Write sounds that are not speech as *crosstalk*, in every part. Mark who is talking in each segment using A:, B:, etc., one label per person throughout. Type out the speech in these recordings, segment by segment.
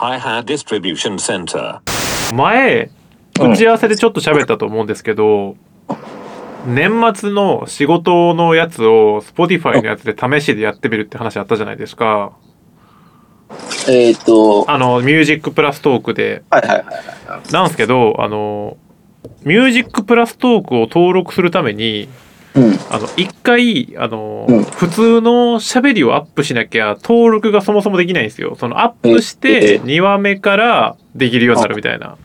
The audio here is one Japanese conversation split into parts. A: Osaka Distribution Center.
B: 前打ち合わせでちょっと喋ったと思うんですけど、年末の仕事のやつを Spotify のやつで試しでやってみるって話あったじゃないですか
C: えーっと、
B: あの「ミュージックプラストークで
C: はいはいはい。
B: なんですけどあの「ミュージックプラストークを登録するために
C: うん。
B: あの一回あの、
C: うん
B: 普通の喋りをアップしなきゃ登録がそもそもできないんですよそのアップし
C: ええ
B: て2話目からできるようになるみたいな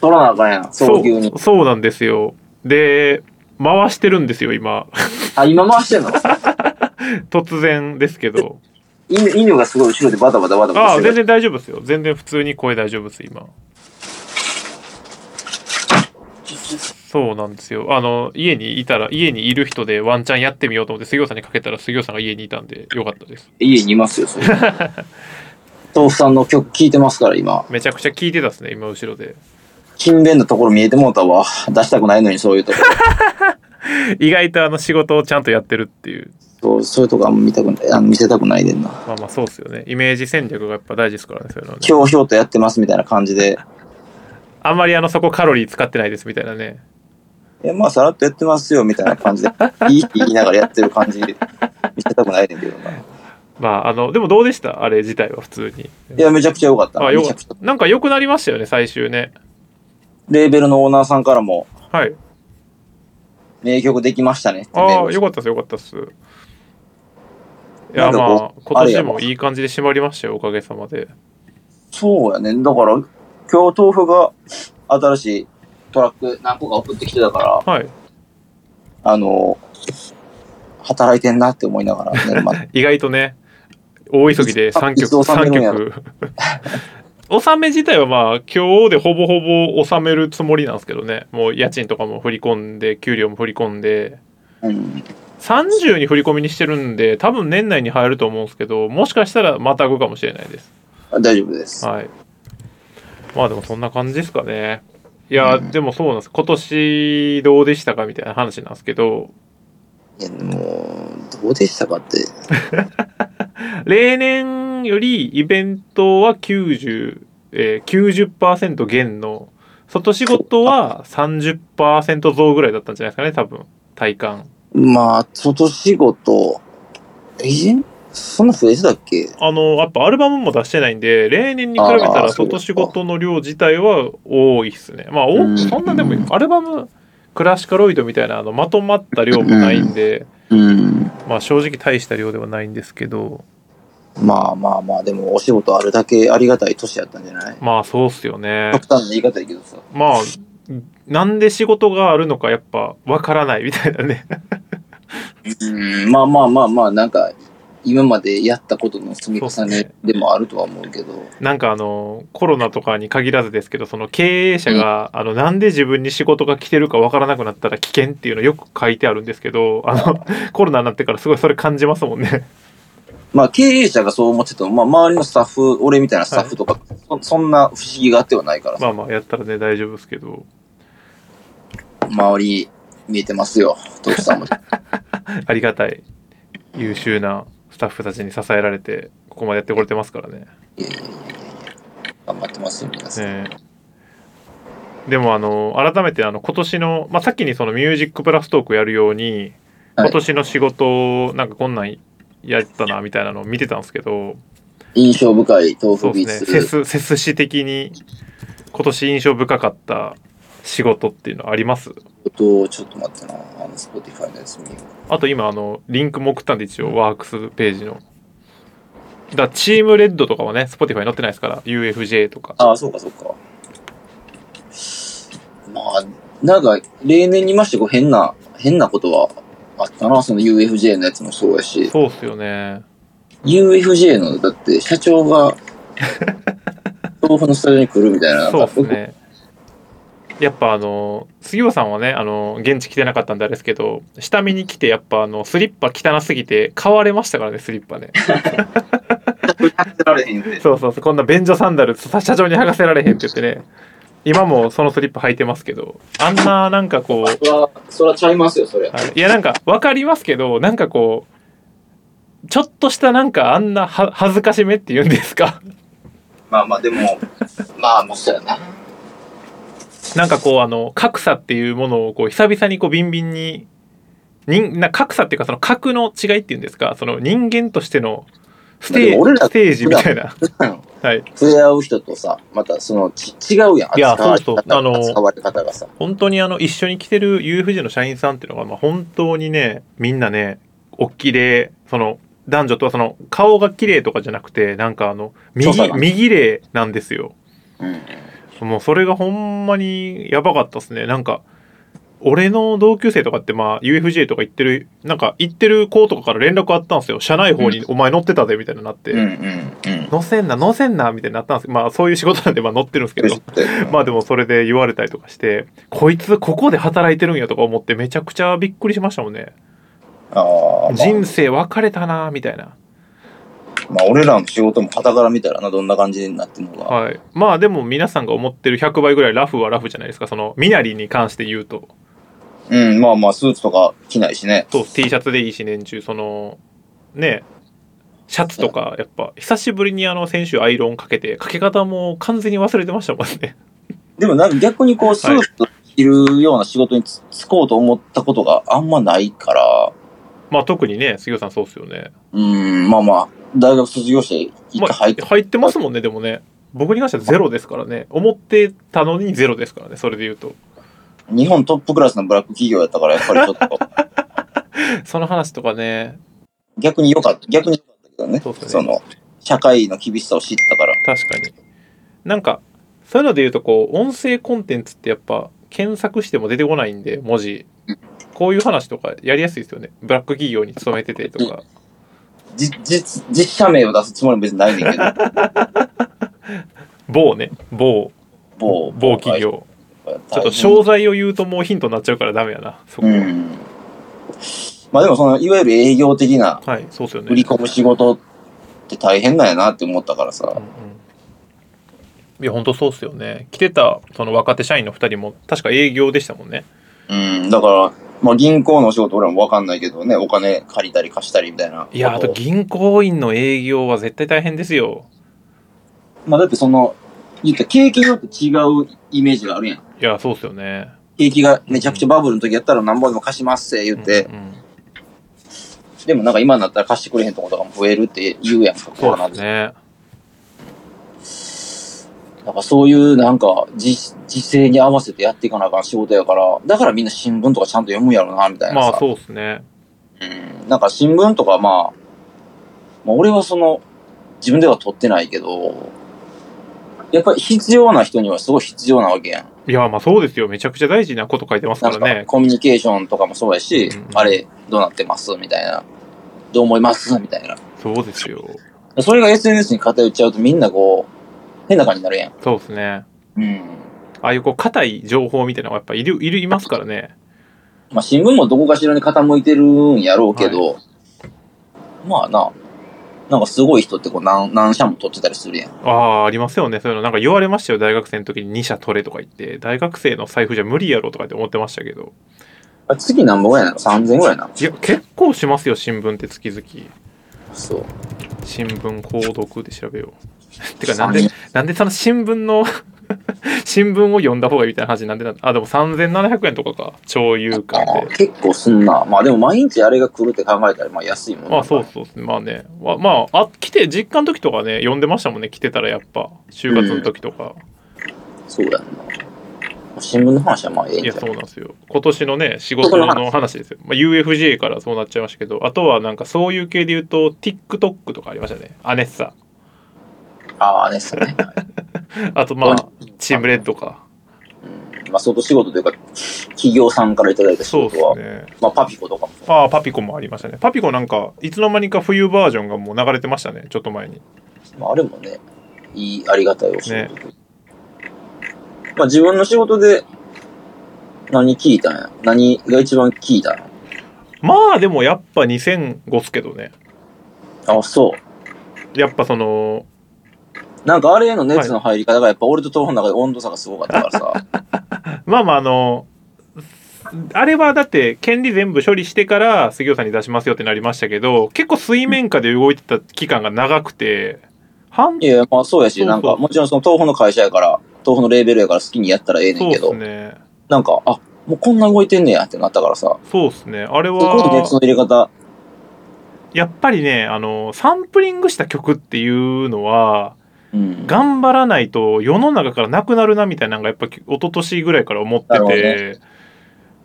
C: 取らなあかんやん、早急に
B: そう。そうなんですよで回してるんですよ今 *laughs*
C: あ、今回してんの
B: 突然ですけど
C: 犬犬がすごい後ろでバタバタバタバタ
B: ああ
C: して
B: 全
C: る。
B: 然大丈夫ですよ全然普通に声大丈夫です今そうなんですよあの家にいたら家にいる人でワンチャンやってみようと思って杉尾さんにかけたら杉尾さんが家にいたんでよかったです
C: 家にいますよ、それ。豆腐さんの曲聴いてますから、今。
B: めちゃくちゃ聞いてたっすね今後ろで
C: 勤勉なところ見えてもうたわ。出したくないのに、そういうとこ
B: 意外とあの仕事をちゃんとやってるっていう
C: そうそういうとこあんま見たくない、あの見せたくないでんな。
B: まあまあそうっすよねイメージ戦略がやっぱ大事ですからねそういうのはね
C: ひょうひょうとやってますみたいな感じで。
B: あんまりあのそこカロリー使ってないですみたいなね
C: え、まあ、さらっとやってますよみたいな感じで、いいって言いながらやってる感じ見せたくないねんけどな。い
B: まああのでもどうでしたあれ自体は普通に
C: や、めちゃくちゃ良かった。
B: あよ
C: め
B: か
C: ちゃ
B: っ
C: くちゃ
B: たなんか良くなりましたよね最終ね
C: レーベルのオーナーさんからも、
B: はい
C: 名曲できましたねってメー
B: ああ
C: ル
B: よ
C: が
B: かったっすよかったっすいや
C: なんか
B: まあ
C: こう
B: 今
C: あれ
B: 年
C: や
B: もいい感じで締まりましたよおかげさまで
C: そうやね。だから、今日豆腐が新しいトラック何個か送ってきてたから、
B: はい
C: あの、働いてんなって思いながら、
B: *laughs*
C: ね、まあ
B: 意外とね大急ぎで3
C: いつ
B: 曲
C: 収め
B: 三
C: るんやろ
B: 曲 *laughs* 納め自体はまあ今日でほぼほぼ納めるつもりなんですけどねもう家賃とかも振り込んで給料も振り込んで
C: うん。
B: 30に振り込みにしてるんで多分年内に入ると思うんですけどもしかしたらまたぐかもしれないです
C: 大丈夫です。
B: はいまあでもそんな感じですかねいや、
C: うん
B: でもそうなんです今年どうでしたかみたいな話なんですけど
C: いや、もう、どうでしたかって。
B: 例年よりイベントは90、えー、90%減の外仕事は30%増ぐらいだったんじゃないですかね多分体感
C: まあ、外仕事、えそんな増えてたっけ
B: あのやっぱアルバムも出してないんで例年に比べた
C: あ
B: ら
C: ーそう
B: 外仕事の量自体は多いっすねまあお
C: うん
B: そんなでもアルバムクラシカロイドみたいなあのまとまった量もないんで、
C: うん。
B: まあ正直大した量ではないんですけど
C: まあまあまあ、でもお仕事あるだけありがたい年やったんじゃない
B: まあそうっすよね
C: 極端な言い方やけどさ。
B: まあなんで仕事があるのかやっぱわからないみたいなね *laughs*
C: うん、まあまあまあまあ、なんか、今までやったことの積み
B: そ
C: 重
B: うです
C: ね
B: ね
C: でもあるとは思うけど。
B: なんかあのコロナとかに限らずですけどその経営者が、あのなんで自分に仕事が来てるかわからなくなったら危険っていうのよく書いてあるんですけどあ *laughs* のコロナになってからすごいそれ感じますもんね *laughs*
C: まあ経営者がそう思ってても、まあ周りのスタッフ、俺みたいなスタッフとか、そそんな不思議があってはないからさ
B: まあまあやったらね大丈夫ですけど
C: 周り見えてますよ、トシさ
B: *laughs*
C: んも。
B: ありがたい優秀なスタッフたちに支えられてここまでやってこれてますからね
C: 頑張ってますよ、皆さん。
B: ねえでもあの改めてあの今年の、まあ、さっきにその「ミュージックプラストーク」やるように
C: は
B: 今
C: い
B: 年の仕事をなんかこんなんやったなみたいなのを見てたんですけど
C: 印象深い
B: そ
C: 豆腐
B: うで
C: ビ
B: す
C: ー
B: ねせす
C: ツ。
B: せすし的に今年印象深かった仕事っていうのあります
C: 音をちょっと待ってな、あの、スポティファイのやつ見よう。
B: あと今あのリンクも送ったんで一応ワークスページのだからチームレッドとかはね Spotify に載ってないですから UFJ とか
C: ああ、そうかそうか。まあ、なんか、例年にましてこう変な、変なことはあったな、その UFJ のやつもそうやし。
B: そうっすよね
C: UFJ の、だって、社
B: *laughs*
C: 長が、豆腐のスタジオに来るみたいな。なんか
B: そうですね。やっぱあの杉尾さんはねあの現地来てなかったんであれですけど下見に来てやっぱあのスリッパ汚すぎて買われましたからねスリッパね
C: 僕やってられへん
B: *laughs*
C: で
B: そうそうそうこんな便所サンダル社長に履かせられへんって言ってね今もそのスリッパ履いてますけどあんななんかこう
C: そら、そらちゃいますよ、それ。
B: はいいやなんか分かりますけどなんかこうちょっとしたなんかあんなは恥ずかしめっていうんですか
C: まあまあ、でも、まあ、もうそうやな。
B: なんかこうあの格差っていうものをこう久々にこうビンビンに人な格差っていうかその格の違いっていうんですかその人間としてのステ
C: でも俺
B: ー
C: ら
B: ステージみたいなはい
C: 触れ合う人とさ、またそのち違うやん。
B: いや
C: 扱われ
B: そうそう
C: 方
B: あの
C: 扱われ方がさ。
B: 本当にあの一緒に来てる UFJ の社員さんっていうのが、まあ、本当にねみんなねおっきれその男女とはその顔が綺麗とかじゃなくてなんかあの
C: 所作
B: 右
C: が
B: 右霊なんですよ
C: うん。
B: もうそれがほんまにやばかったっすねなんか俺の同級生とかってまあ UFJ とか行ってるなんか行ってる子とかから連絡あったんですよ社内方に「お前乗ってたぜ」みたいになって「
C: うんうんうん。
B: 乗せんな乗せんな」みたいになったんですまあそういう仕事なんでまあ乗ってるんですけどまあでもそれで言われたりとかしてこいつここで働いてるんやとか思ってめちゃくちゃびっくりしましたもんね
C: あー、まあ、
B: 人生別れたなみたいな
C: まあ、俺らの仕事も傍から見たらな、どんな感じになってんのか。
B: はいまあでも皆さんが思ってる100倍ぐらいラフはラフじゃないですかその身なりに関して言うと
C: うん、まあまあ、スーツとか着ないしね。
B: そう T シャツでいいし年中そのねシャツとかやっぱ久しぶりにあの先週アイロンかけてかけ方も完全に忘れてましたもんね *laughs*
C: でもなんか逆にこう、スーツ着るような仕事につつこうと思ったことがあんまないから、
B: まあ特にね杉尾さんそうっすよね
C: うん、まあまあ、大学卒業して一
B: まあ
C: 回入って、
B: 入ってますもんねでもね僕に関してはゼロですからね思ってたのにゼロですからねそれで言うと
C: 日本トップクラスのブラック企業やったから、やっぱりちょっと、 *laughs*
B: その話とかね
C: 逆に良かった、逆に良かったけどね。
B: そうですね
C: その、社会の厳しさを知ったから。
B: 確かになんかそういうので言うとこう音声コンテンツってやっぱ検索しても出てこないんで文字こういう話とかやりやすいですよねブラック企業に勤めててとか
C: じ実実社名を出すつもりも別にないねん
B: *laughs*
C: けど、
B: 某ね某
C: 某
B: 某企。業
C: ちょっ
B: ちょっと詳細を言うともうヒントになっちゃうからダメやなそこは、
C: うん。まあでもその、いわゆる営業的な
B: はいそうですよね
C: 売り込む仕事って大変なんやなって思ったから
B: うん
C: さ
B: う。んいや本当そうっすよね来てたその若手社員の2人も確か営業でしたもんね
C: うん。だから、まあ銀行のお仕事俺らもわかんないけどね、お金借りたり貸したりみたいな。
B: いやあと銀行員の営業は絶対大変ですよ
C: まあだってその、言ったら景気によって違うイメージがあるやん。
B: いやそうっすよね
C: 景気がめちゃくちゃバブルの時やったら何本でも貸しますって言って、
B: うんうん
C: でもなんか今になったら貸してくれへんとことかも増えるって言うやんか。
B: そうですね
C: なんかそういうなんか時時勢に合わせてやっていかなあかん仕事やから、だからみんな新聞とかちゃんと読むんやろな、みたいな
B: ま
C: さ。
B: あそうですね
C: うん。なんか新聞とかまあ、まあ俺はその、自分では取ってないけど、やっぱり必要な人にはすごい必要なわけやん。
B: いやまあそうですよめちゃくちゃ大事なこと書いてます
C: な
B: か
C: ん
B: ら
C: か
B: ね
C: コミュニケーションとかもそうやし、
B: うんうん
C: あれどうなってますみたいな。どう思いますみたいな。
B: そうですよ
C: それが SNS に偏っちゃうとみんなこう、変な感じになるやん。
B: そうですね
C: うん。
B: ああいうこう硬い情報みたいなのがやっぱいるいるいますからね
C: まあ、新聞もどこかしらに傾いてるんやろうけど、まあな、なんかすごい人ってこう何何社も取ってたりするやん。
B: ああありますよねそういうのなんか言われましたよ大学生の時に2社取れとか言って大学生の財布じゃ無理やろとかって思ってましたけど
C: あ次何本ぐらいなの ?3000 ぐらいなの
B: いや結構しますよ新聞って月々
C: そう。
B: 新聞購読で調べよう *laughs* てかなんでなんでその新聞の *laughs* 新聞を読んだ方がいいみたいな話なんでなんあでも3700円とかか超優
C: あ
B: 感で
C: ー結構すんな。まあでも毎日あれが来るって考えたらまあ安いもんね
B: まあそうそうですねまあねわまああ来て実家の時とかね読んでましたもんね来てたらやっぱ就活の時とか、
C: そうやんな。新聞の話はまあええん
B: い
C: ち
B: や
C: ゃう
B: そうなんですよ今年のね仕事の話ですよ、まあ、UFJ からそうなっちゃいましたけどあとはなんかそういう系で言うと TikTok とかありましたねアネッサ
C: ああ、ですね。
B: あとまあチームレッドか
C: うんまあ外仕事というか、企業さんからいただいた仕
B: そう
C: 事
B: で
C: は、
B: すね
C: まあパピコとかも。
B: ああパピコもありましたねパピコなんかいつの間にか冬バージョンがもう流れてましたねちょっと前に
C: まあ、あれもね、いい、ありがたいお仕事。
B: ね
C: まあ、自分の仕事で、何聞いたんや何が一番聞いたん
B: まあでもやっぱ2005っすけどね
C: やあ、そ
B: やっぱその
C: う。なんかあれへの熱の入り方が、やっぱ俺と東方の中で温度差がすごかったから
B: *laughs*
C: さ。
B: まあまああのあれはだって権利全部処理してから杉尾さんに出しますよってなりましたけど結構水面下で動いてた期間が長くて半
C: いや、まあそうやし、
B: そうそう
C: なんか、もちろんその豆腐の会社やから、豆腐のレーベルやから好きにやったらええね
B: そ
C: ん
B: う
C: け
B: っす
C: ど、
B: ね
C: なんか、あ、もうこんな動いてんねやってなったからさ、
B: そうっすねあれ
C: そこの熱
B: は
C: の入れ方、
B: やっぱりねあのサンプリングした曲っていうのは
C: うん。
B: 頑張らないと世の中からなくなるなみたいなのがやっぱき一昨年ぐらいから思って
C: なるほど
B: て、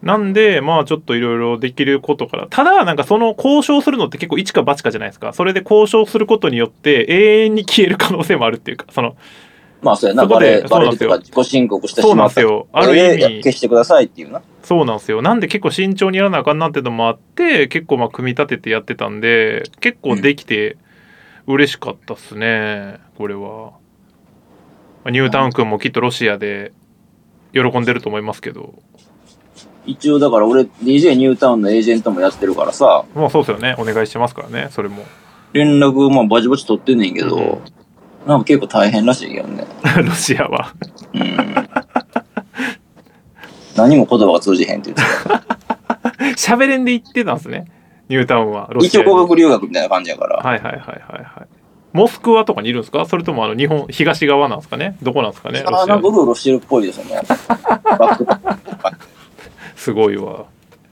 B: なんでまあちょっといろいろできることからただなんかその交渉するのって結構一か八かじゃないですかそれで交渉することによって永遠に消える可能性もあるっていうかその
C: まあそうやな、
B: そこ
C: バ
B: で
C: レ、バレる
B: そう
C: とか
B: なん
C: 自己申告してし
B: そうな
C: ま
B: ん
C: っ
B: です
C: た。
B: よあ
C: そ
B: る
C: れ
B: 意
C: でや
B: 味
C: 消してくださいっていうな。
B: そうなんですよなんで結構慎重にやらなあかんなってのもあって結構まあ組み立ててやってたんで結構できて嬉しかったっすねこれはまあニュータウン君もきっとロシアで喜んでると思いますけど
C: 一応だから俺、DJ ニュータウンのエージェントもやってるからさ、
B: まあそうですよねお願いしてますからねそれも
C: 連絡まあバチバチ取ってんねんけど、
B: うん
C: なんか結構大変らしいけどね。
B: *laughs* ロシアは *laughs*
C: うん。何も言葉が通じへんって言ってた。
B: 喋れんで行ってたんですねニュータウンはロシ
C: 一
B: ア
C: 応
B: に
C: 語学留学みたいな感じやから。
B: はいはいはいはいはいモスクワとかにいるんですかそれともあの日本東側なんですかねどこなんですかねロ
C: ああ、
B: シ
C: な
B: ア
C: んかうろうろしてるっぽいですよね。バックパック
B: すごいわ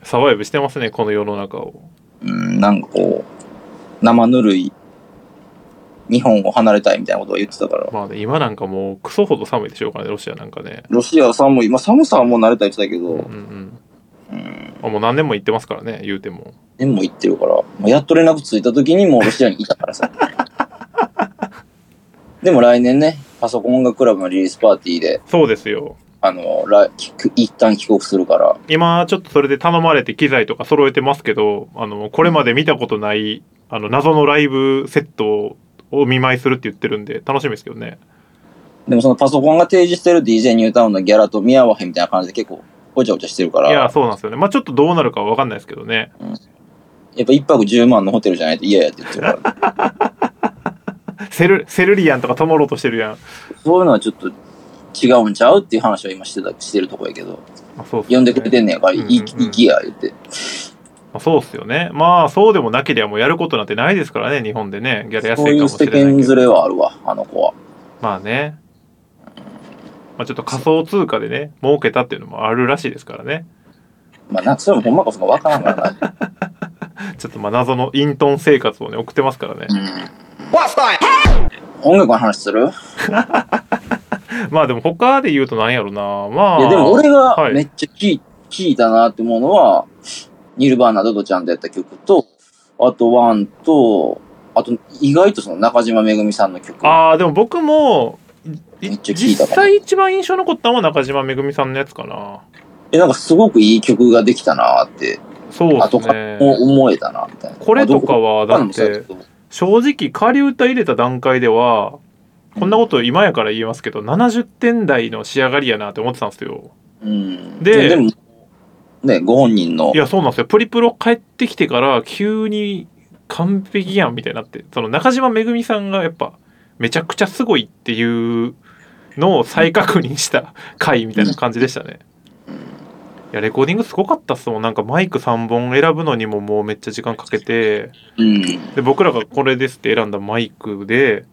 B: サバイブしてますねこの世の中を。
C: うん、なんかこう、生ぬるい、日本を離れたいみたいなことを言ってたから。
B: まあね、今なんかもうクソほど寒いでしょうからね、ロシアなんかね。
C: ロシアは寒い。まあ寒さはもう慣れたりしてたけ
B: うんうん。
C: ど、うん、
B: あもう何年も行ってますからね、言うても。
C: でも行ってるから、まあ、やっと連絡ついた時にもうロシアにいたか
B: *laughs*
C: らさ。でも来年ね、パソコン音楽クラブのリリースパーティーで、
B: そうですよ。
C: あの、来帰国一旦帰国するから、
B: 今、ちょっとそれで頼まれて機材とか揃えてますけど、あの、これまで見たことない、あの、謎のライブセットをお見舞いするって言ってるんで、楽しみですけどね。
C: でもそのパソコンが提示してる DJ ニュータウンのギャラと見合わへんみたいな感じで結構、ごちゃごちゃしてるか
B: い
C: ら。
B: や、そうなんですよね。まあちょっとどうなるかはわかんないですけどね。
C: やっぱ一泊10万のホテルじゃないと嫌やって言ってる
B: *laughs*
C: から、
B: セル、セルリアンとか泊まろうとしてるやん。
C: そういうのはちょっと違うんちゃうっていう話を今してた、してるとこやけど、
B: あそうっすね
C: 呼んでくれてんねやから、
B: うんうんうん
C: いい行きや、言って。
B: まあそうっすよね。まあそうでもなければもうやることなんてないですからね、日本でね。ギャラ安い
C: そう
B: か
C: いう
B: も
C: 世
B: しれないけど。
C: 間ずれはあるわ、あの子は。
B: まあね。まあちょっと仮想通貨でね、儲けたっていうのもあるらしいですからね。
C: まあ、な、それもほんまかそんかわからんからな。
B: ちょっとまあ謎のイントン生活をね、送ってますからね。
C: 音楽の話する
B: まあでも他で言うとなんやろな。まあ。
C: いや、でも俺
B: は
C: が
B: い
C: めっちゃ聞い,、聞いたなって思うのは、ニルバーナ、ドドちゃんでやった曲と、あとワンと、あと意外とその中島めぐみさんの曲。
B: ああ、でも僕も、い
C: めっちゃ聞いた
B: 実
C: かも
B: 際一番印象に残ったのは中島めぐみさんのやつかな。
C: え、なんかすごくいい曲ができたなって、
B: そう
C: 後
B: です
C: から
B: ね。
C: も思えたな、みたいな。
B: これとかは、だっ
C: そうやけ
B: て、
C: ど
B: 正直仮歌入れた段階では、こんなこと今やから言えますけど、70点台の仕上がりやなって思ってたんですよ。
C: うん
B: で
C: でもねご本人の
B: いやそうなんですよプリプロ帰ってきてから急に完璧やんみたいになってその中島めぐみさんがやっぱめちゃくちゃすごいっていうのを再確認した *laughs* 回みたいな感じでしたねいやレコーディングすごかったっすもんなんかマイク3本選ぶのにももうめっちゃ時間かけて
C: うん
B: で僕らがこれですって選んだマイクで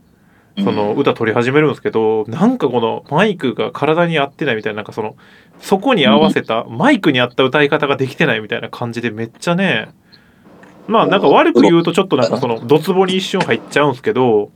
B: その歌取り始めるんですけど、なんかこのマイクが体に合ってないみたいななんかそのそこに合わせた、マイクに合った歌い方ができてないみたいな感じでめっちゃねまあなんか悪く言うとちょっとなんかそのドツボに一瞬入っちゃうんですけど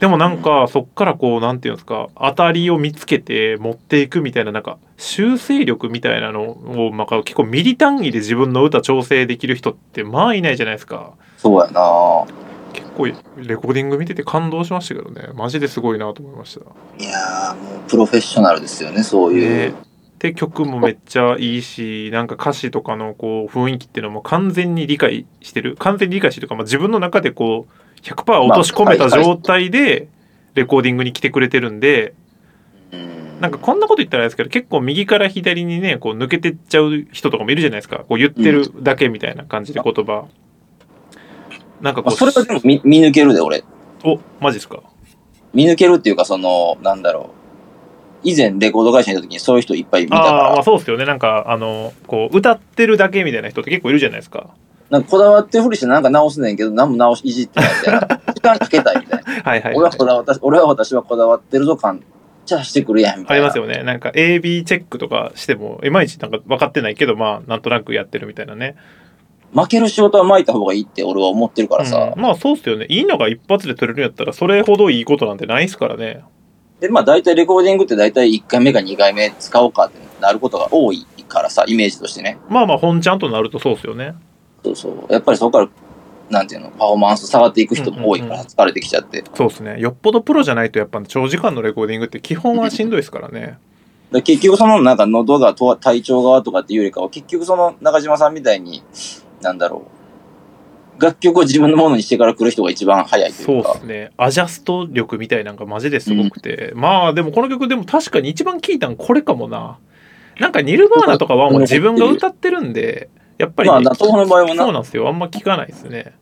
B: でもなんかそっからこうなんていうんですか当たりを見つけて持っていくみたいななんか修正力みたいなのをまあ結構ミリ単位で自分の歌調整できる人ってまあいないじゃないですか。
C: そうやな
B: 結構レコーディング見てて感動しましたけどねマジですごいなと思いました。
C: いやーもうプロフェッショナルですよねそうい
B: ね
C: う、
B: で曲もめっちゃいいしなんか歌詞とかのこう雰囲気っていうのも完全に理解してる完全に理解してるというか、まあ、自分の中でこう100%落とし込めた状態でレコーディングに来てくれてるんで
C: うん
B: なんかこんなこと言ったらあれですけど結構右から左にねこう抜けてっちゃう人とかもいるじゃないですかこう言ってるだけみたいな感じで言葉。なんかこ
C: まあ、
B: う
C: それはでも見見抜けるで俺
B: おマジですか
C: 見抜けるっていうかそのなんだろう以前レコード会社にいた時にそういう人いっぱい見た
B: あーま
C: か
B: あそうですよねなんかあのこう歌ってるだけみたいな人って結構いるじゃないですか。
C: なんかこだわってふりしてなんか直すねんけど、何も直し、いじってないみ
B: *laughs*
C: たいな。時間かけたいみたいな。
B: はいはい、
C: 俺
B: は
C: はいこ。だわった、俺は私はこだわってるぞ感、じゃあしてくるやんみ
B: あ
C: たい
B: り
C: な。
B: ますよね。なんか AB チェックとかしても、いまいちなんか分かってないけど、まあ、なんとなくやってるみたいなね。
C: 負ける仕事は巻いた方がいいって俺は思ってるからさ。
B: うんまあ、そうっすよね。いいのが一発で取れるんやったら、それほどいいことなんてないっすからね。
C: で、まあ大体レコーディングって大体1回目か2回目使おうかってなることが多いからさ、イメージとしてね。
B: まあまあ、本ちゃんとなるとそうっすよね。
C: そうそう。やっぱりそこから、なんていうの、パフォーマンス下がっていく人も多いか
B: うんうん
C: ら疲れてきちゃって。だか
B: そうっすね。よっぽどプロじゃないと、やっぱ長時間のレコーディングって基本はしんどいですからね。
C: ら結局そのなんか喉がとは体調側とかっていうよりかは、結局その中島さんみたいに、なんだろう。楽曲を自分のものにしてから来る人が一番早いと
B: そ
C: いううか。
B: っすね。アジャスト力みたいなんかマジですごくて。まあ、でもこの曲、でも確かに一番聴いたんこれかもな。なんか、ニルバーナとかはもう自分が歌ってるんで、やっぱり、
C: ま
B: ね
C: あ、東方の場合も
B: そう
C: な、
B: なんですよ。あんま聞かないですね。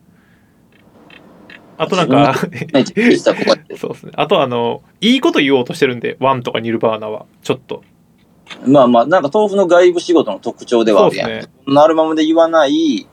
B: あとなんか、
C: ね、実はこうやっ
B: *laughs*
C: て。
B: そうですね。あとあの、いいこと言おうとしてるんで、ワンとかニルバーナは、ちょっと。
C: まあまあ、なんか豆腐の外部仕事の特徴ではあるやん。
B: そうっすね
C: このアルバムで言わない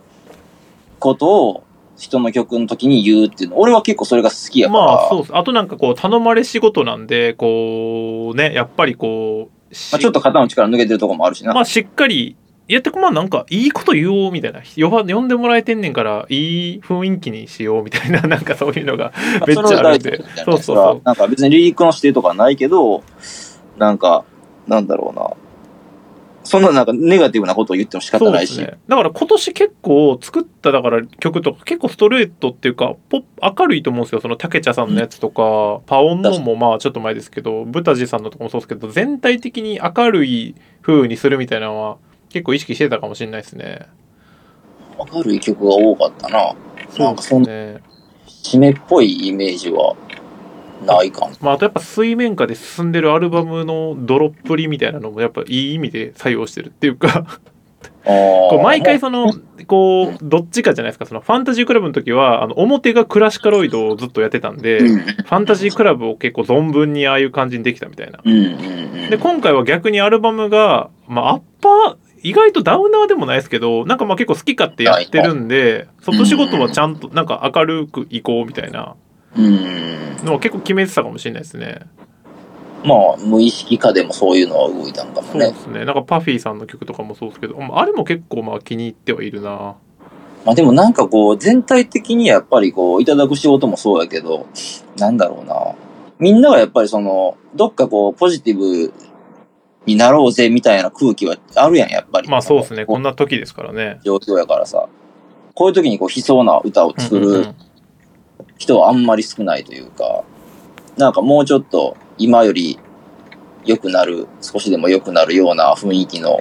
C: ことを人の曲の時に言うっていうの。俺は結構それが好きやから。
B: まあ、そうっす。あとなんかこう、頼まれ仕事なんで、こう、ね、やっぱりこう、し
C: まあちょっと肩の力抜けてるとこもあるしな。
B: まあしっかり、いやってこまあなんか、いいこと言おうみたいな。呼ば、呼んでもらえてんねんから、いい雰囲気にしようみたいな、 *laughs* なんかそういうのが、 *laughs*
C: まあ
B: めっちゃあるんで
C: それは大事だ。
B: そ
C: よね
B: うそうそう。
C: なんか別にリリックの指定とかはないけど、なんか、なんだろうな。そんななんかネガティブなことを言っても仕方
B: そう
C: な
B: で
C: い
B: す
C: し。
B: ね、だから今年結構作っただから曲とか結構ストレートっていうかポップ明るいと思うんですよその竹茶さんのやつとか、パオンのもまあちょっと前ですけどブタジさんのとかもそうですけど全体的に明るい風にするみたいなのは結構意識してたかもしれないですね。
C: 明るい曲が多かったな。なんかそんな
B: ね
C: 締めっぽいイメージはないかも。
B: まあ、あとやっぱ水面下で進んでるアルバムのドロップリみたいなのもやっぱいい意味で作用してるっていうか *laughs* こ
C: こ
B: う毎回そのこうどっちかじゃないですかそのファンタジークラブの時はあの表がクラシカロイドをずっとやってたんで、
C: うん
B: ファンタジークラブを結構存分にああいう感じにできたみたいな。
C: うんうんうん。
B: で、今回は逆にアルバムが、まあ、アッパー、意外とダウナーでもないですけど、なんかまあ結構好き勝手やってるんで、外仕事はちゃんとなんか明るくいこうみたいな
C: うん。
B: のは結構決めてたかもしれないですね。
C: まあ、無意識化でもそういうのは動いたんかも
B: そうで
C: ね。
B: すね。なんかパフィーさんの曲とかもそうですけど、まああれも結構まあ気に入ってはいるな。
C: まあでもなんかこう、全体的にやっぱりこう、いただく仕事もそうやけど、なんだろうな。みんながやっぱりその、どっかこう、ポジティブになろうぜみたいな空気はあるやん、やっぱり。
B: まあそうですね。こ
C: こ
B: ん
C: う
B: な時ですからね。
C: 状況やからさ。こういう時にこう、悲壮な歌を作
B: うんうんう
C: る
B: ん
C: 人はあんまり少ないというか、なんかもうちょっと今より良くなる、少しでも良くなるような雰囲気の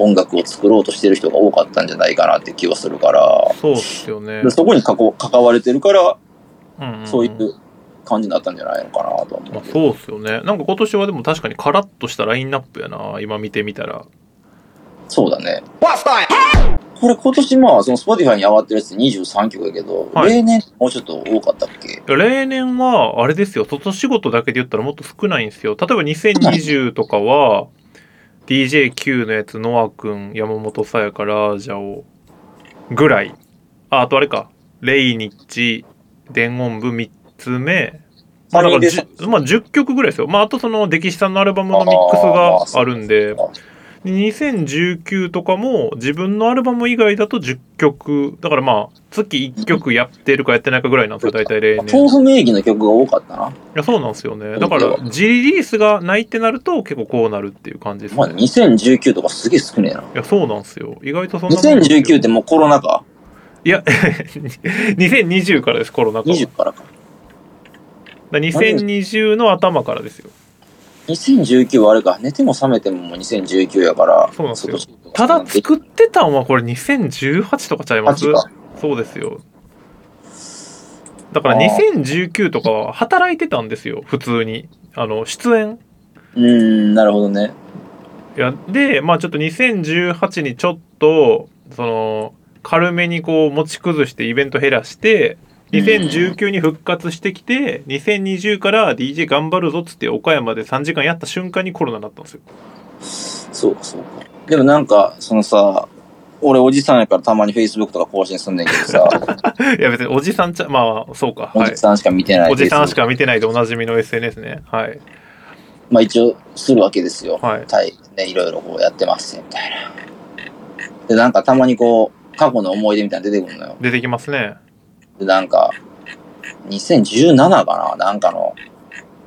C: 音楽を作ろうとしてる人が多かったんじゃないかなって気はするから、
B: そうっすよね。
C: そこにかこ関われてるから、
B: うんんん
C: そういう感じになったんじゃないのかなとは思
B: まあ
C: う、けど。
B: そうっすよね。なんか今年はでも確かにカラッとしたラインナップやな。今見てみたら。
C: そうだね。これ今年まあ、その Spotify に上がってるやつ23曲やけど、
B: はい
C: 例年もうちょっと多かったっけ
B: いや例年は、あれですよ、外仕事だけで言ったらもっと少ないんですよ。例えば2020とかは、DJQ のやつ、ノア君、山本さやから、じゃおぐらい。あ、あとあれか、レイニッチ、伝音部3つ目。まあ、だか
C: 三人
B: ら
C: で
B: じゅまあ10曲ぐらいですよ。まあ、あとその、歴史さんのアルバムのミックスがあるんで、2019とかも自分のアルバム以外だと10曲だからまあ月1曲やってるかやってないかぐらいなんですよ大体例年
C: 豆
B: い
C: 腐名義の曲が多かったな。
B: やそうなんですよねだから自リリースがないってなると結構こうなるっていう感じです
C: まあ
B: ね
C: 2019とかすげえ少ねえな。
B: いやそうなんですよ意外とそんなもんなんですよ
C: 2019ってもうコロナ禍
B: いや *laughs* 2020からですコロナ禍は
C: ?20 からか。
B: だから2020の頭からですよ
C: 2019はあれか、寝ても覚めてももう2019やから。
B: そうなんですよ
C: ちょっと
B: ただ作ってたんはこれ2018とかちゃいます
C: 18か
B: そうですよだから
C: あ
B: 2019とかは働いてたんですよ普通にあの出演
C: うーん、なるほどね。
B: いやでまあちょっと2018にちょっとその軽めにこう持ち崩してイベント減らして2019に復活してきて2020から DJ 頑張るぞっつって岡山で3時間やった瞬間にコロナになったんですよ
C: そうか、そうか。でもなんか、そのさ、俺おじさんやからたまに Facebook とか更新すんねんけど
B: *laughs*
C: さ、
B: いや別におじさんちゃまあそうか
C: お
B: は
C: じ
B: い
C: さんしか見てない。
B: おじさんし
C: Facebook
B: か見てないでおなじみの SNS ねはい
C: まあ一応するわけですよ。
B: はい
C: はい。ね、いろいろこうやってますみたいな。で、なんかたまにこう、過去の思い出みたいなの出てくるのよ。
B: 出てきますね
C: で、なんか、2017かななんかの、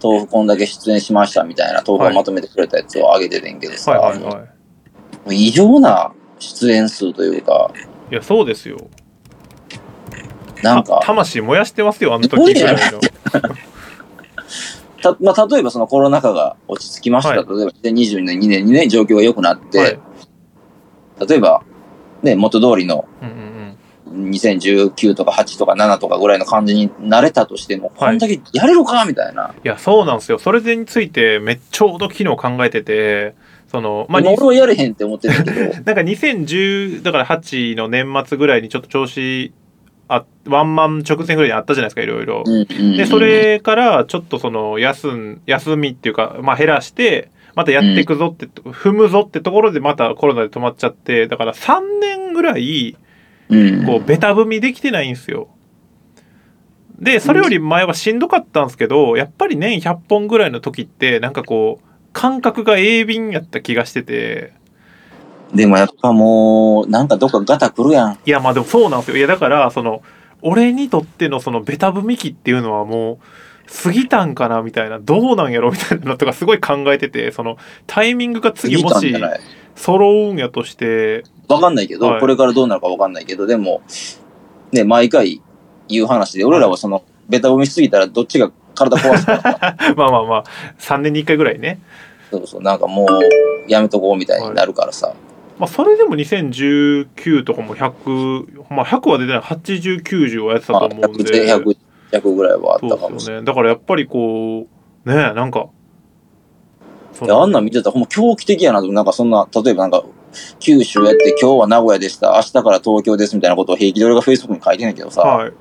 C: 豆腐こんだけ出演しましたみたいな、豆腐をまとめてくれたやつを上げててんけどさ、
B: はいはいは
C: もう異常な出演数というか、
B: いいやそうですよ
C: なん
B: た
C: か、
B: 魂燃やしてますよあの
C: すご
B: 時
C: い
B: ぐ
C: ね
B: らいの
C: たまあ、例えばそのコロナ禍が落ち着きまし
B: は
C: た。
B: い
C: 例えば2022年、2年にね、状況が良くなって、
B: はい
C: 例えば、ね、元通りの
B: うんうん
C: 2019とか8とか7とかぐらいの感じになれたとしても、
B: はい
C: こんだけやれるかみたいな。
B: いやそうなんですよそれについてめっちゃほど昨日考えててそのまあ
C: 今俺はやれへんって思ってる
B: *laughs*
C: けど、
B: なんか2010だから8の年末ぐらいにちょっと調子あワンマン直前ぐらいにあったじゃないですかいろいろ
C: う。んうんうん
B: でそ、れからちょっとその休ん休みっていうか、まあ、減らしてまたやっていくぞって、踏むぞってところでまたコロナで止まっちゃってだから3年ぐらい
C: うん、
B: こうベタ踏みできてないんですよ。でそれより前はしんどかったんですけどやっぱり年100本ぐらいの時ってなんかこう感覚が鋭敏やった気がしてて。
C: でもやっぱもう、なんかどっかガタくるやん。
B: いやまあでもそうなんですよいやだからその俺にとってのそのベタ踏み期っていうのはもう過ぎたんかなみたいなどうなんやろみたいなのとかすごい考えててそのタイミングが次も
C: 過ぎ
B: した
C: んじゃない
B: 揃うんやとして
C: わかんないけど、
B: はい
C: これからどうなるかわかんないけど、でも、ね、毎回言う話で、俺らはその、ベタ踏みしすぎたらどっちが体壊すから、
B: まあまあまあ3年に1回ぐらいね、
C: そうそう、なんかもう、やめとこうみたいになるからさ。
B: まあ、それでも2019とかも100、まあ、100は出てない8090はやってた
C: ま
B: と
C: あ、
B: 思うんで
C: 100で100、100ぐらいはあった
B: そ
C: か
B: う
C: も
B: で
C: し
B: す
C: れな
B: よ
C: い。
B: ねだからやっぱりこうねえなんかそ
C: いやあんなん見てたらほんま狂気的やなと、なんかそんな、例えばなんか、九州やって、今日は名古屋でした、明日から東京ですみたいなことを平気で俺が Facebook に書いてんねんけどさ、
B: はい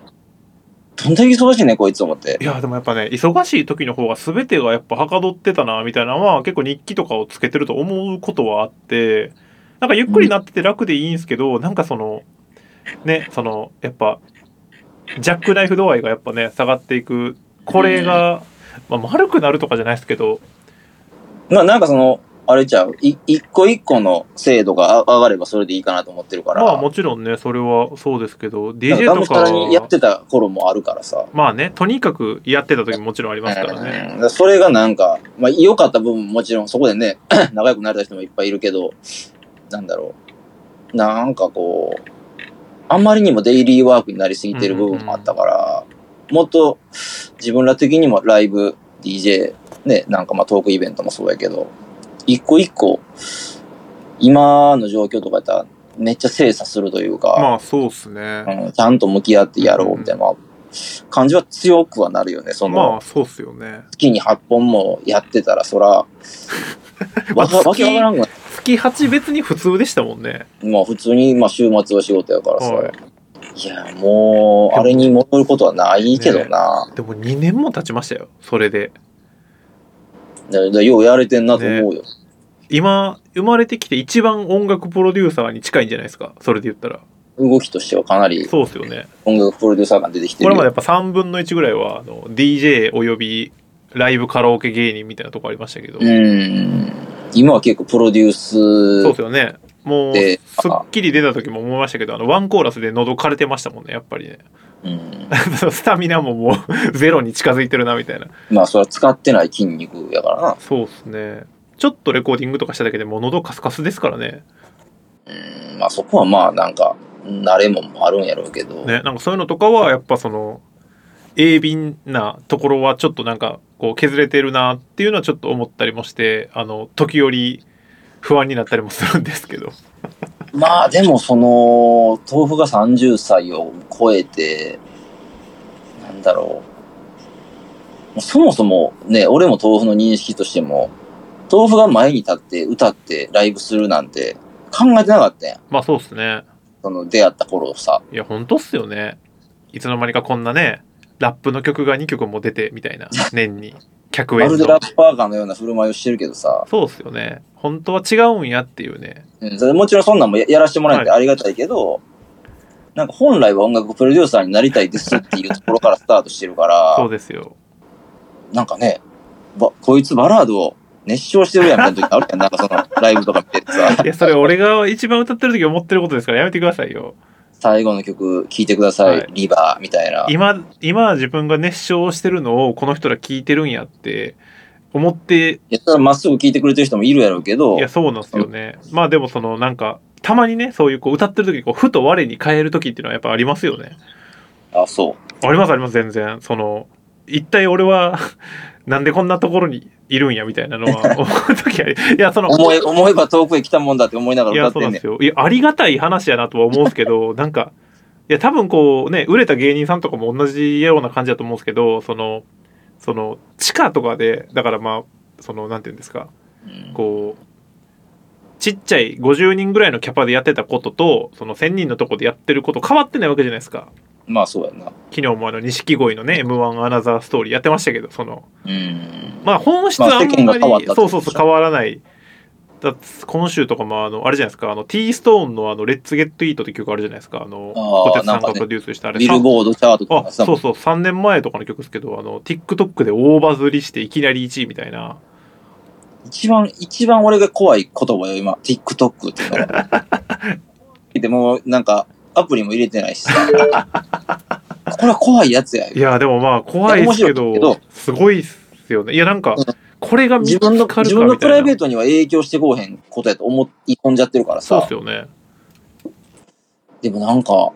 C: どんだけ忙しいねんこいつと思って。
B: いやでもやっぱね忙しい時の方が全てがやっぱはかどってたなみたいなのは結構日記とかをつけてると思うことはあってなんかゆっくりなってて楽でいいんですけど、なんかそのねそのやっぱジャックナイフ度合いがやっぱね下がっていくこれが、まあ、丸くなるとかじゃないですけど
C: まあなんかその、あれちゃう、い一個一個の精度があ上がればそれでいいかなと思ってるから、
B: まあもちろんねそれはそうですけど
C: なんか
B: DJ
C: がむ
B: と
C: しゃらにやっ
B: か
C: てた頃もあるからさ。
B: まあねとにかくやってた時ももちろんありますからね。
C: うんそれがなんか、まあ良かった部分ももちろんそこでね、 *clears throat* 仲良くなれた人もいっぱいいるけど、なんだろう。なんかこう、あんまりにもデイリーワークになりすぎてる部分もあったから、もっと自分ら的にもライブ、DJ、ね、なんかまあトークイベントもそうやけど、一個一個、今の状況とかやったらめっちゃ精査するというか、
B: まあそうっすね。
C: うんちゃんと向き合ってやろうみたいな感じは強くはなるよね、その、
B: まあそうっすよね。
C: 月に8本もやってたら、そ
B: *laughs*
C: ら、わ
B: まあ
C: かわけわからんが、
B: 月8別に普通でしたもんね。
C: まあ普通に、まあ週末は仕事やからさ、
B: はい
C: い、や、もう、あれに戻ることはないけどな、
B: でも2年も経ちましたよそれで
C: だだようやれてんなと思うよ。
B: 今生まれてきて一番音楽プロデューサーに近いんじゃないですかそれで言ったら
C: 動きとしてはかなり
B: そうですよね
C: 音楽プロデューサーが出てきて
B: こ
C: る
B: れ
C: よ。
B: までやっぱ3分の1ぐらいはあの DJ およびライブカラオケ芸人みたいなとこありましたけど、
C: う。
B: そうん
C: 今は結構プロデュー
B: です
C: ス
B: よねもう『ス
C: で
B: ッキリ』出た時も思いましたけどあのワンコーラスで喉枯れてましたもんねやっぱりね *laughs*
C: うん、
B: スタミナももう *laughs* ゼロに近づいてるなみたいな
C: まあそれは使ってない筋肉やからな。
B: そうですねちょっとレコーディングとかしただけでもう喉カスカスですからね
C: うん、まあそこはまあなんか、慣れもあるんやろうけど、
B: ね、なんかそういうのとかはやっぱその鋭敏なところはちょっとなんかこう削れてるなっていうのはちょっと思ったりもしてあの時折不安になったりもするんですけど *laughs*
C: まあでもその、豆腐が30歳を超えて、なんだろう。そもそもね、俺も豆腐の認識としても、豆腐が前に立って歌ってライブするなんて考えてなかったやん。
B: まあそうっすね
C: その出会った頃さ。
B: いや本当っすよねいつの間にかこんなねラップの曲が2曲も出てみたいな年に客
C: ま
B: 演
C: るで
B: の
C: ラッパー感のような振る舞いをしてるけどさ、
B: そうっすよね本当は違うんやっていうね
C: うん、それもちろんそんなんもややらせてもらえてありがたいけど、なんか本来は音楽プロデューサーになりたいですっていうところからスタートしてるか
B: そう *laughs*
C: ら、
B: ですよ
C: なんかね、ばこいつバラードを熱唱してるやんみたいな時あるやん、なんかそのライブとか見てて
B: *laughs*
C: さ。
B: いやそれ俺が一番歌ってる時思ってることですからやめてくださいよ
C: 最後の曲聴いてください、
B: はい
C: リバーみたいな。
B: 今今自分が熱唱してるのをこの人ら聞いてるんやって思って
C: いや、それはまっすぐ聴いてくれてる人もいるやろうけど
B: いや、そうなんですよねまあでもそのなんかたまにねそういうこう歌ってる時にこうふと我に返る時っていうのはやっぱありますよね
C: あ、そ。
B: ありますあります全然その一体俺は *laughs* なんでこんなところにいるんやみたいなの *laughs* は思う時ありいやそうの
C: 思え、思えば遠くへ来たもんだって思いなが
B: い
C: ら
B: や
C: 歌
B: そうなん
C: って
B: ん
C: ね
B: ですよいやありがたい話やなとは思うんですけ
C: *laughs*
B: どなんかいや多分こうね売れた芸人さんとかも同じような感じだと思うんですけどそのその地下とかでだからまあそのなんていうんですか
C: ん。うん
B: こうちっちゃい50人ぐらいのキャパでやってたこととその1,000人のとこでやってること変わってないわけじゃないですか
C: まあ、そうやな。
B: 昨日もあの錦鯉のね m 1アナザーストーリーやってましたけどその
C: うん。
B: まあ本質はあんま
C: まあ世間が
B: り、
C: 変わった
B: そ
C: ってこ
B: う
C: と
B: そう
C: でし
B: そ
C: ょ
B: う変わらないだって今週とかもあのあれじゃないですかあの T ストーンのあの「レッツ・ゲット・イート」って曲あるじゃないですかあの
C: あー
B: 小鉄さ
C: なん
B: ん
C: か
B: が
C: ね
B: プロデュースしたあれ
C: ビルボードチャートと
B: あ
C: かさ、
B: そうそう3年前とかの曲ですけどあの TikTok で大バズりしていきなり1位みたいな
C: 一番、一番俺が怖い言葉よ、今。TikTok っていう
B: *laughs*
C: のが。でも、なんか、アプリも入れてないしさ。これは怖いやつや。
B: いやでもまあ怖いですけ
C: い
B: ど
C: や面白いけ
B: すごいっすよねいやなんか
C: うん
B: これが見つ
C: *laughs* 自
B: か
C: 分の、
B: るか
C: 自分の
B: み
C: プラ
B: た
C: イ
B: い
C: ベ
B: な
C: ートには影響してこうへんことやと思い込んじゃってるから
B: そう
C: さ
B: っす。よね
C: でもなんか、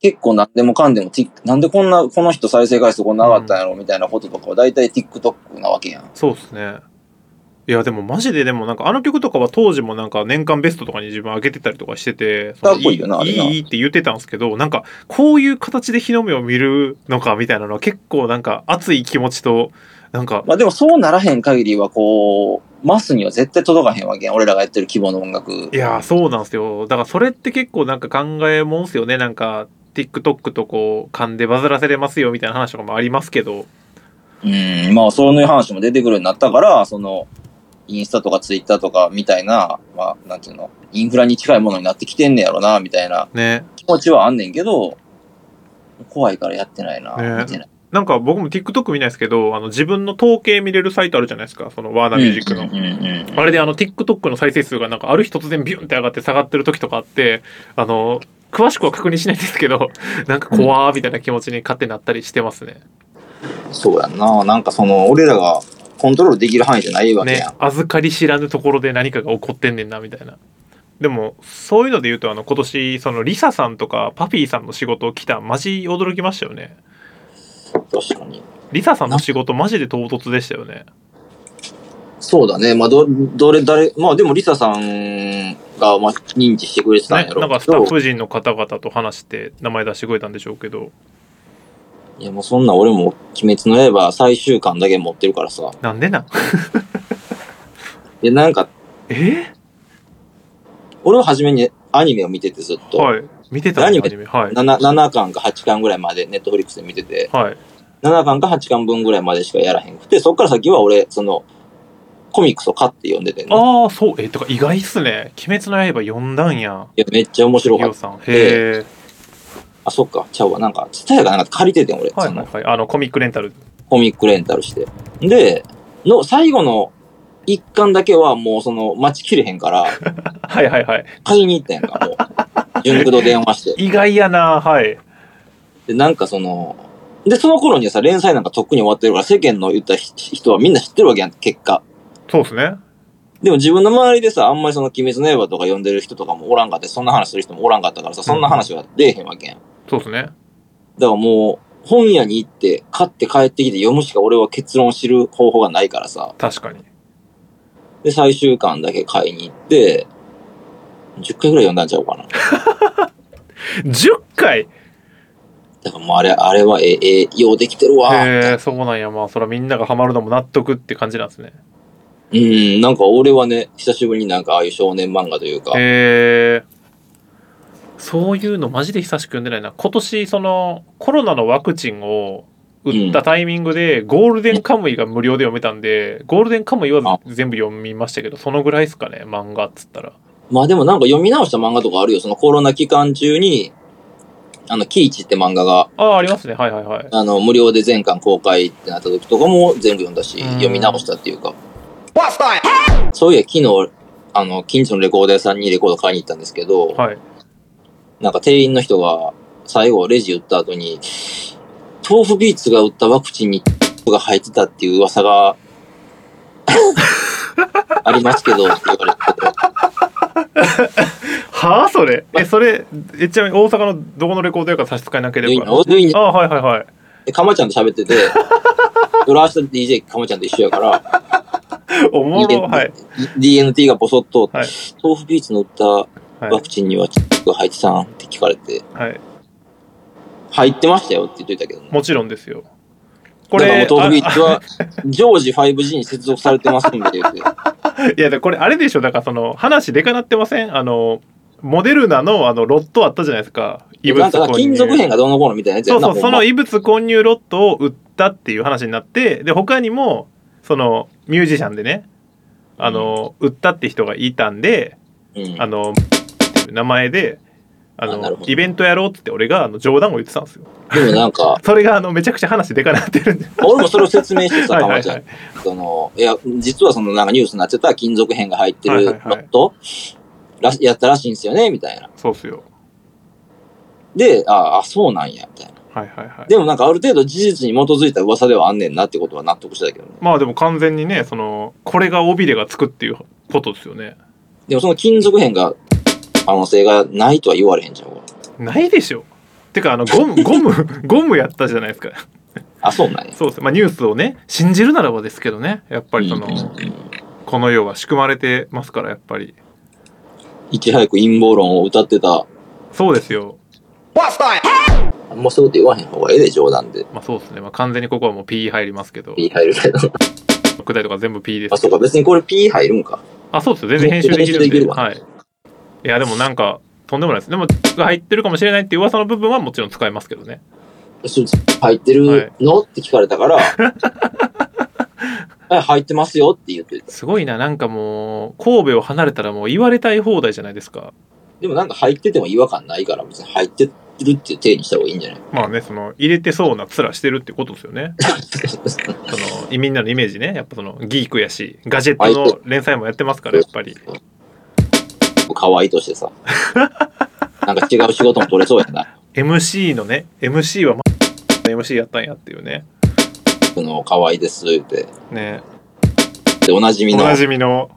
C: 結構何でもかんでも、ティなんでこんな、この人再生回数こんな上がったんやろみたいなこととかは大体 TikTok なわけやん。
B: そうっすねいやでもマジででもなんかあの曲とかは当時もなんか年間ベストとかに自分上げてたりとかしててその
C: かっこいいよなあれ
B: い
C: ない
B: いいって言ってたんですけどなんかこういう形で日の目を見るのかみたいなのは結構なんか熱い気持ちとなんか
C: まあでもそうならへん限りはこう、マスには絶対届かへんわけやん。俺らがやってる規模の音楽。
B: いやーそうなんですよだからそれって結構なんか考えもんっすよねなんか TikTok とこう勘でバズらせれますよみたいな話とかもありますけど
C: うん、まあ、そういう話も出てくるようになったから、その、インスタとかツイッターとかみたいな、まあ、なんていうの、インフラに近いものになってきてんねやろな、みたいな
B: ね
C: 気持ちはあんねんけど、怖いからやってないな、
B: ね
C: 見てない。
B: なんか僕も TikTok 見ないですけどあの自分の統計見れるサイトあるじゃないですかそのワーナーミュージックの。
C: うんうんうん
B: あれであの TikTok の再生数がなんかある日突然ビュンって上がって下がってる時とかあってあの詳しくは確認しないんですけど *laughs* なんか怖ーみたいな気持ちに勝手になったりしてますね。
C: そうやんな。なんかその、俺らがコントロールできる範囲じゃないわけ
B: ね
C: やん。
B: 預かり知らぬところで何かが起こってんねんなみたいな。でもそういうので言うとあの今年そのリサさんとかパフィーさんの仕事を来たマジ驚きましたよね。
C: 確かに。
B: リサさんの仕事マジで唐突でしたよね。
C: そうだね。まあ、ど、どれ、誰、まあでも、リサさんが、まあ、認知してくれてたん
B: ね
C: や
B: な
C: ろ
B: ん
C: う
B: か
C: け
B: スタ
C: ど
B: ッ、フ陣の方々と話して名前出してくれたんでしょうけど
C: いや、もうそんな俺も、鬼滅の刃最終巻だけ持ってるからさ。
B: なんでなん
C: で、なんか、
B: え
C: 俺は初めにアニメを見ててずっと、
B: はい見てたん
C: ア
B: で
C: ニ
B: すア
C: メ
B: ニメはい
C: 7, 7巻か8巻ぐらいまでネットフリックスで見てて
B: はい。
C: 7巻か8巻分ぐらいまでしかやらへんくてそっから先は俺そのコミックスを買って読んでてんな
B: ああ、そう。え、とか意外っすね。鬼滅の刃読んだんや。
C: いやめっちゃ面白
B: ヒ
C: かっ
B: ヨ
C: た
B: さん。へえ。
C: あそっかちゃうわなんか蔦屋かなんか借りててん
B: は
C: 俺、
B: い
C: そ
B: はい
C: の
B: はい。あの、コミックレンタル。
C: コミックレンタルしてでの最後の1巻だけはもうその待ちきれへん
B: *laughs*
C: から
B: はいはいはい。
C: 買いに行ったやんかもう純駆動電話して
B: 意外やな。はい。
C: で、なんかその、で、その頃にはさ、連載なんかとっくに終わってるから、世間の言ったひ人はみんな知ってるわけやん、結果。
B: そうっすね。
C: でも自分の周りでさ、あんまりその、鬼滅の刃とか読んでる人とかもおらんかって、そんな話する人もおらんかったからさ、そんな話は出えへんわけやん。だ
B: そうっすね。
C: からもう、本屋に行って、買って帰ってきて読むしか俺は結論を知る方法がないからさ。
B: 確かに。
C: で、最終巻だけ買いに行って、10回ぐらい読んだんちゃうかな。
B: 10回
C: だからもうあれ、あれはええ、ええ、ようできてるわ。
B: へえ、そうなんや。まあ、そらみんながハマるのも納得って感じなんですね。
C: うん、なんか俺はね、久しぶりになんかああいう少年漫画というか、
B: へえ。そういうのマジで久しく読んでないな。今年、その、コロナのワクチンを売ったタイミングで、ゴールデンカムイが無料で読めたんで、ゴールデンカムイは全部読みましたけど、そのぐらいですかね、漫画っつったら。
C: まあでもなんか読み直した漫画とかあるよ。そのコロナ期間中に、あの、キイチって漫画が、
B: ああ、ありますね。はいはいはい。
C: あの、無料で全巻公開ってなった時とかも全部読んだし、
B: うん
C: 読み直したっていうか。そういや、昨日、あの、近所のレコード屋さんにレコード買いに行ったんですけど、
B: はい。
C: なんか店員の人が、最後、レジ打った後に、豆腐ビーツが打ったワクチンに、が入ってたっていう噂が、ありますけど、って言われて。
B: はあそれ。え、それ、えちなみに大阪のどこのレコード屋か差し支えなければ。
C: で
B: ああ、はいはいはい。
C: で、かまちゃんと喋ってて、俺明日 DJ かまちゃんと一緒やから、
B: おもろ。はい。
C: DNT がボソッと、
B: はい
C: 豆腐ビーツの打った
B: はい
C: ワクチンにはチップが入ってたんって聞かれて、
B: はい。
C: 入ってましたよって言っといたけどね。
B: もちろんですよ。こ
C: だからも
B: れ
C: う、豆腐ビー
B: あ
C: ツは常時 5G に接続されてますんで、
B: *laughs*
C: 言って
B: あいや、だからこれあれでしょ。だからその、話でかなってませんあの、モデルナのあの、ロットあったじゃないですか。異物
C: なんか
B: 混
C: 金
B: 入
C: 属片がどうのこうのみたいなやつ
B: そ
C: や
B: う
C: な
B: そう、
C: ほ
B: そ
C: んま
B: の異物混入ロットを売ったっていう話になって、で、他にも、その、ミュージシャンでね、あの、売ったって人がいたんで、
C: うん
B: あの、っていう名前で、あ
C: あなる
B: の
C: ほ、ど
B: イベントやろうってって俺があの冗談を言ってたんですよ。
C: でもなんか、
B: それがあの、めちゃくちゃ話でかなってるんで。
C: 俺もそれを説明して
B: *laughs* は
C: さ、
B: い
C: か
B: は
C: ま
B: い
C: ちゃ
B: は
C: ん
B: い。
C: その、いや、実はそのなんかニュースになっちゃった金属片が入って
B: はいは
C: るロ
B: いはい
C: ット、らしやったらしいんですよね、みたいな。
B: そうっすよ。
C: で、ああ、そうなんや、みたいな。
B: はいはいはい。
C: でもなんかある程度事実に基づいた噂ではあんねんなってことは納得したけどね。
B: まあでも完全にね、その、これが尾びれがつくっていうことですよね。
C: でもその金属片が、可能性がないとは言われへんじゃん、俺
B: ないでしょ。てか、あの、
C: *laughs*
B: ゴム、ゴム、ゴムやったじゃないですか。
C: あ、そうなんや。
B: そうですね。まあニュースをね、信じるならばですけどね、やっぱりその、
C: うん
B: この世は仕組まれてますから、やっぱり。
C: いち早く陰謀論を歌ってた、
B: そうですよ。
C: あんまそういうこと言わへん方がええで、冗談で。
B: まあそうですね。まあ完全にここはもう P 入りますけど、*laughs*
C: P 入るけど。
B: 副題とか全部 P です
C: あ、。そうか、別にこれ P 入るんか。
B: あ、そうですよ。全然編集できるんで。
C: 編集できるわ
B: はい。いや、でもなんか、とんでもないです。でも、が入ってるかもしれないっていう噂の部分はもちろん使えますけどね。
C: それ入ってるの、って聞かれ
B: *laughs*
C: たから、え入ってますよって言ってた。
B: すごいな。なんかもう、神戸を離れたらもう言われたい放題じゃないですか。
C: でもなんか入ってても違和感ないから、別に入ってるっていう体にした方がいいんじゃない
B: まあね、その、入れてそうな面してるってことですよね。その、みんなのイメージね。やっぱその、ギークやし、ガジェットの連載もやってますから、やっぱり。
C: *laughs* 可愛いとし
B: *laughs*
C: てさ。なんか違う仕事も取れそうやな。
B: MC のね、MC は、ま、MC やったんやっていうね。
C: その、可愛いです、言って。
B: ね。
C: で、おなじみ
B: お
C: の
B: なじみの。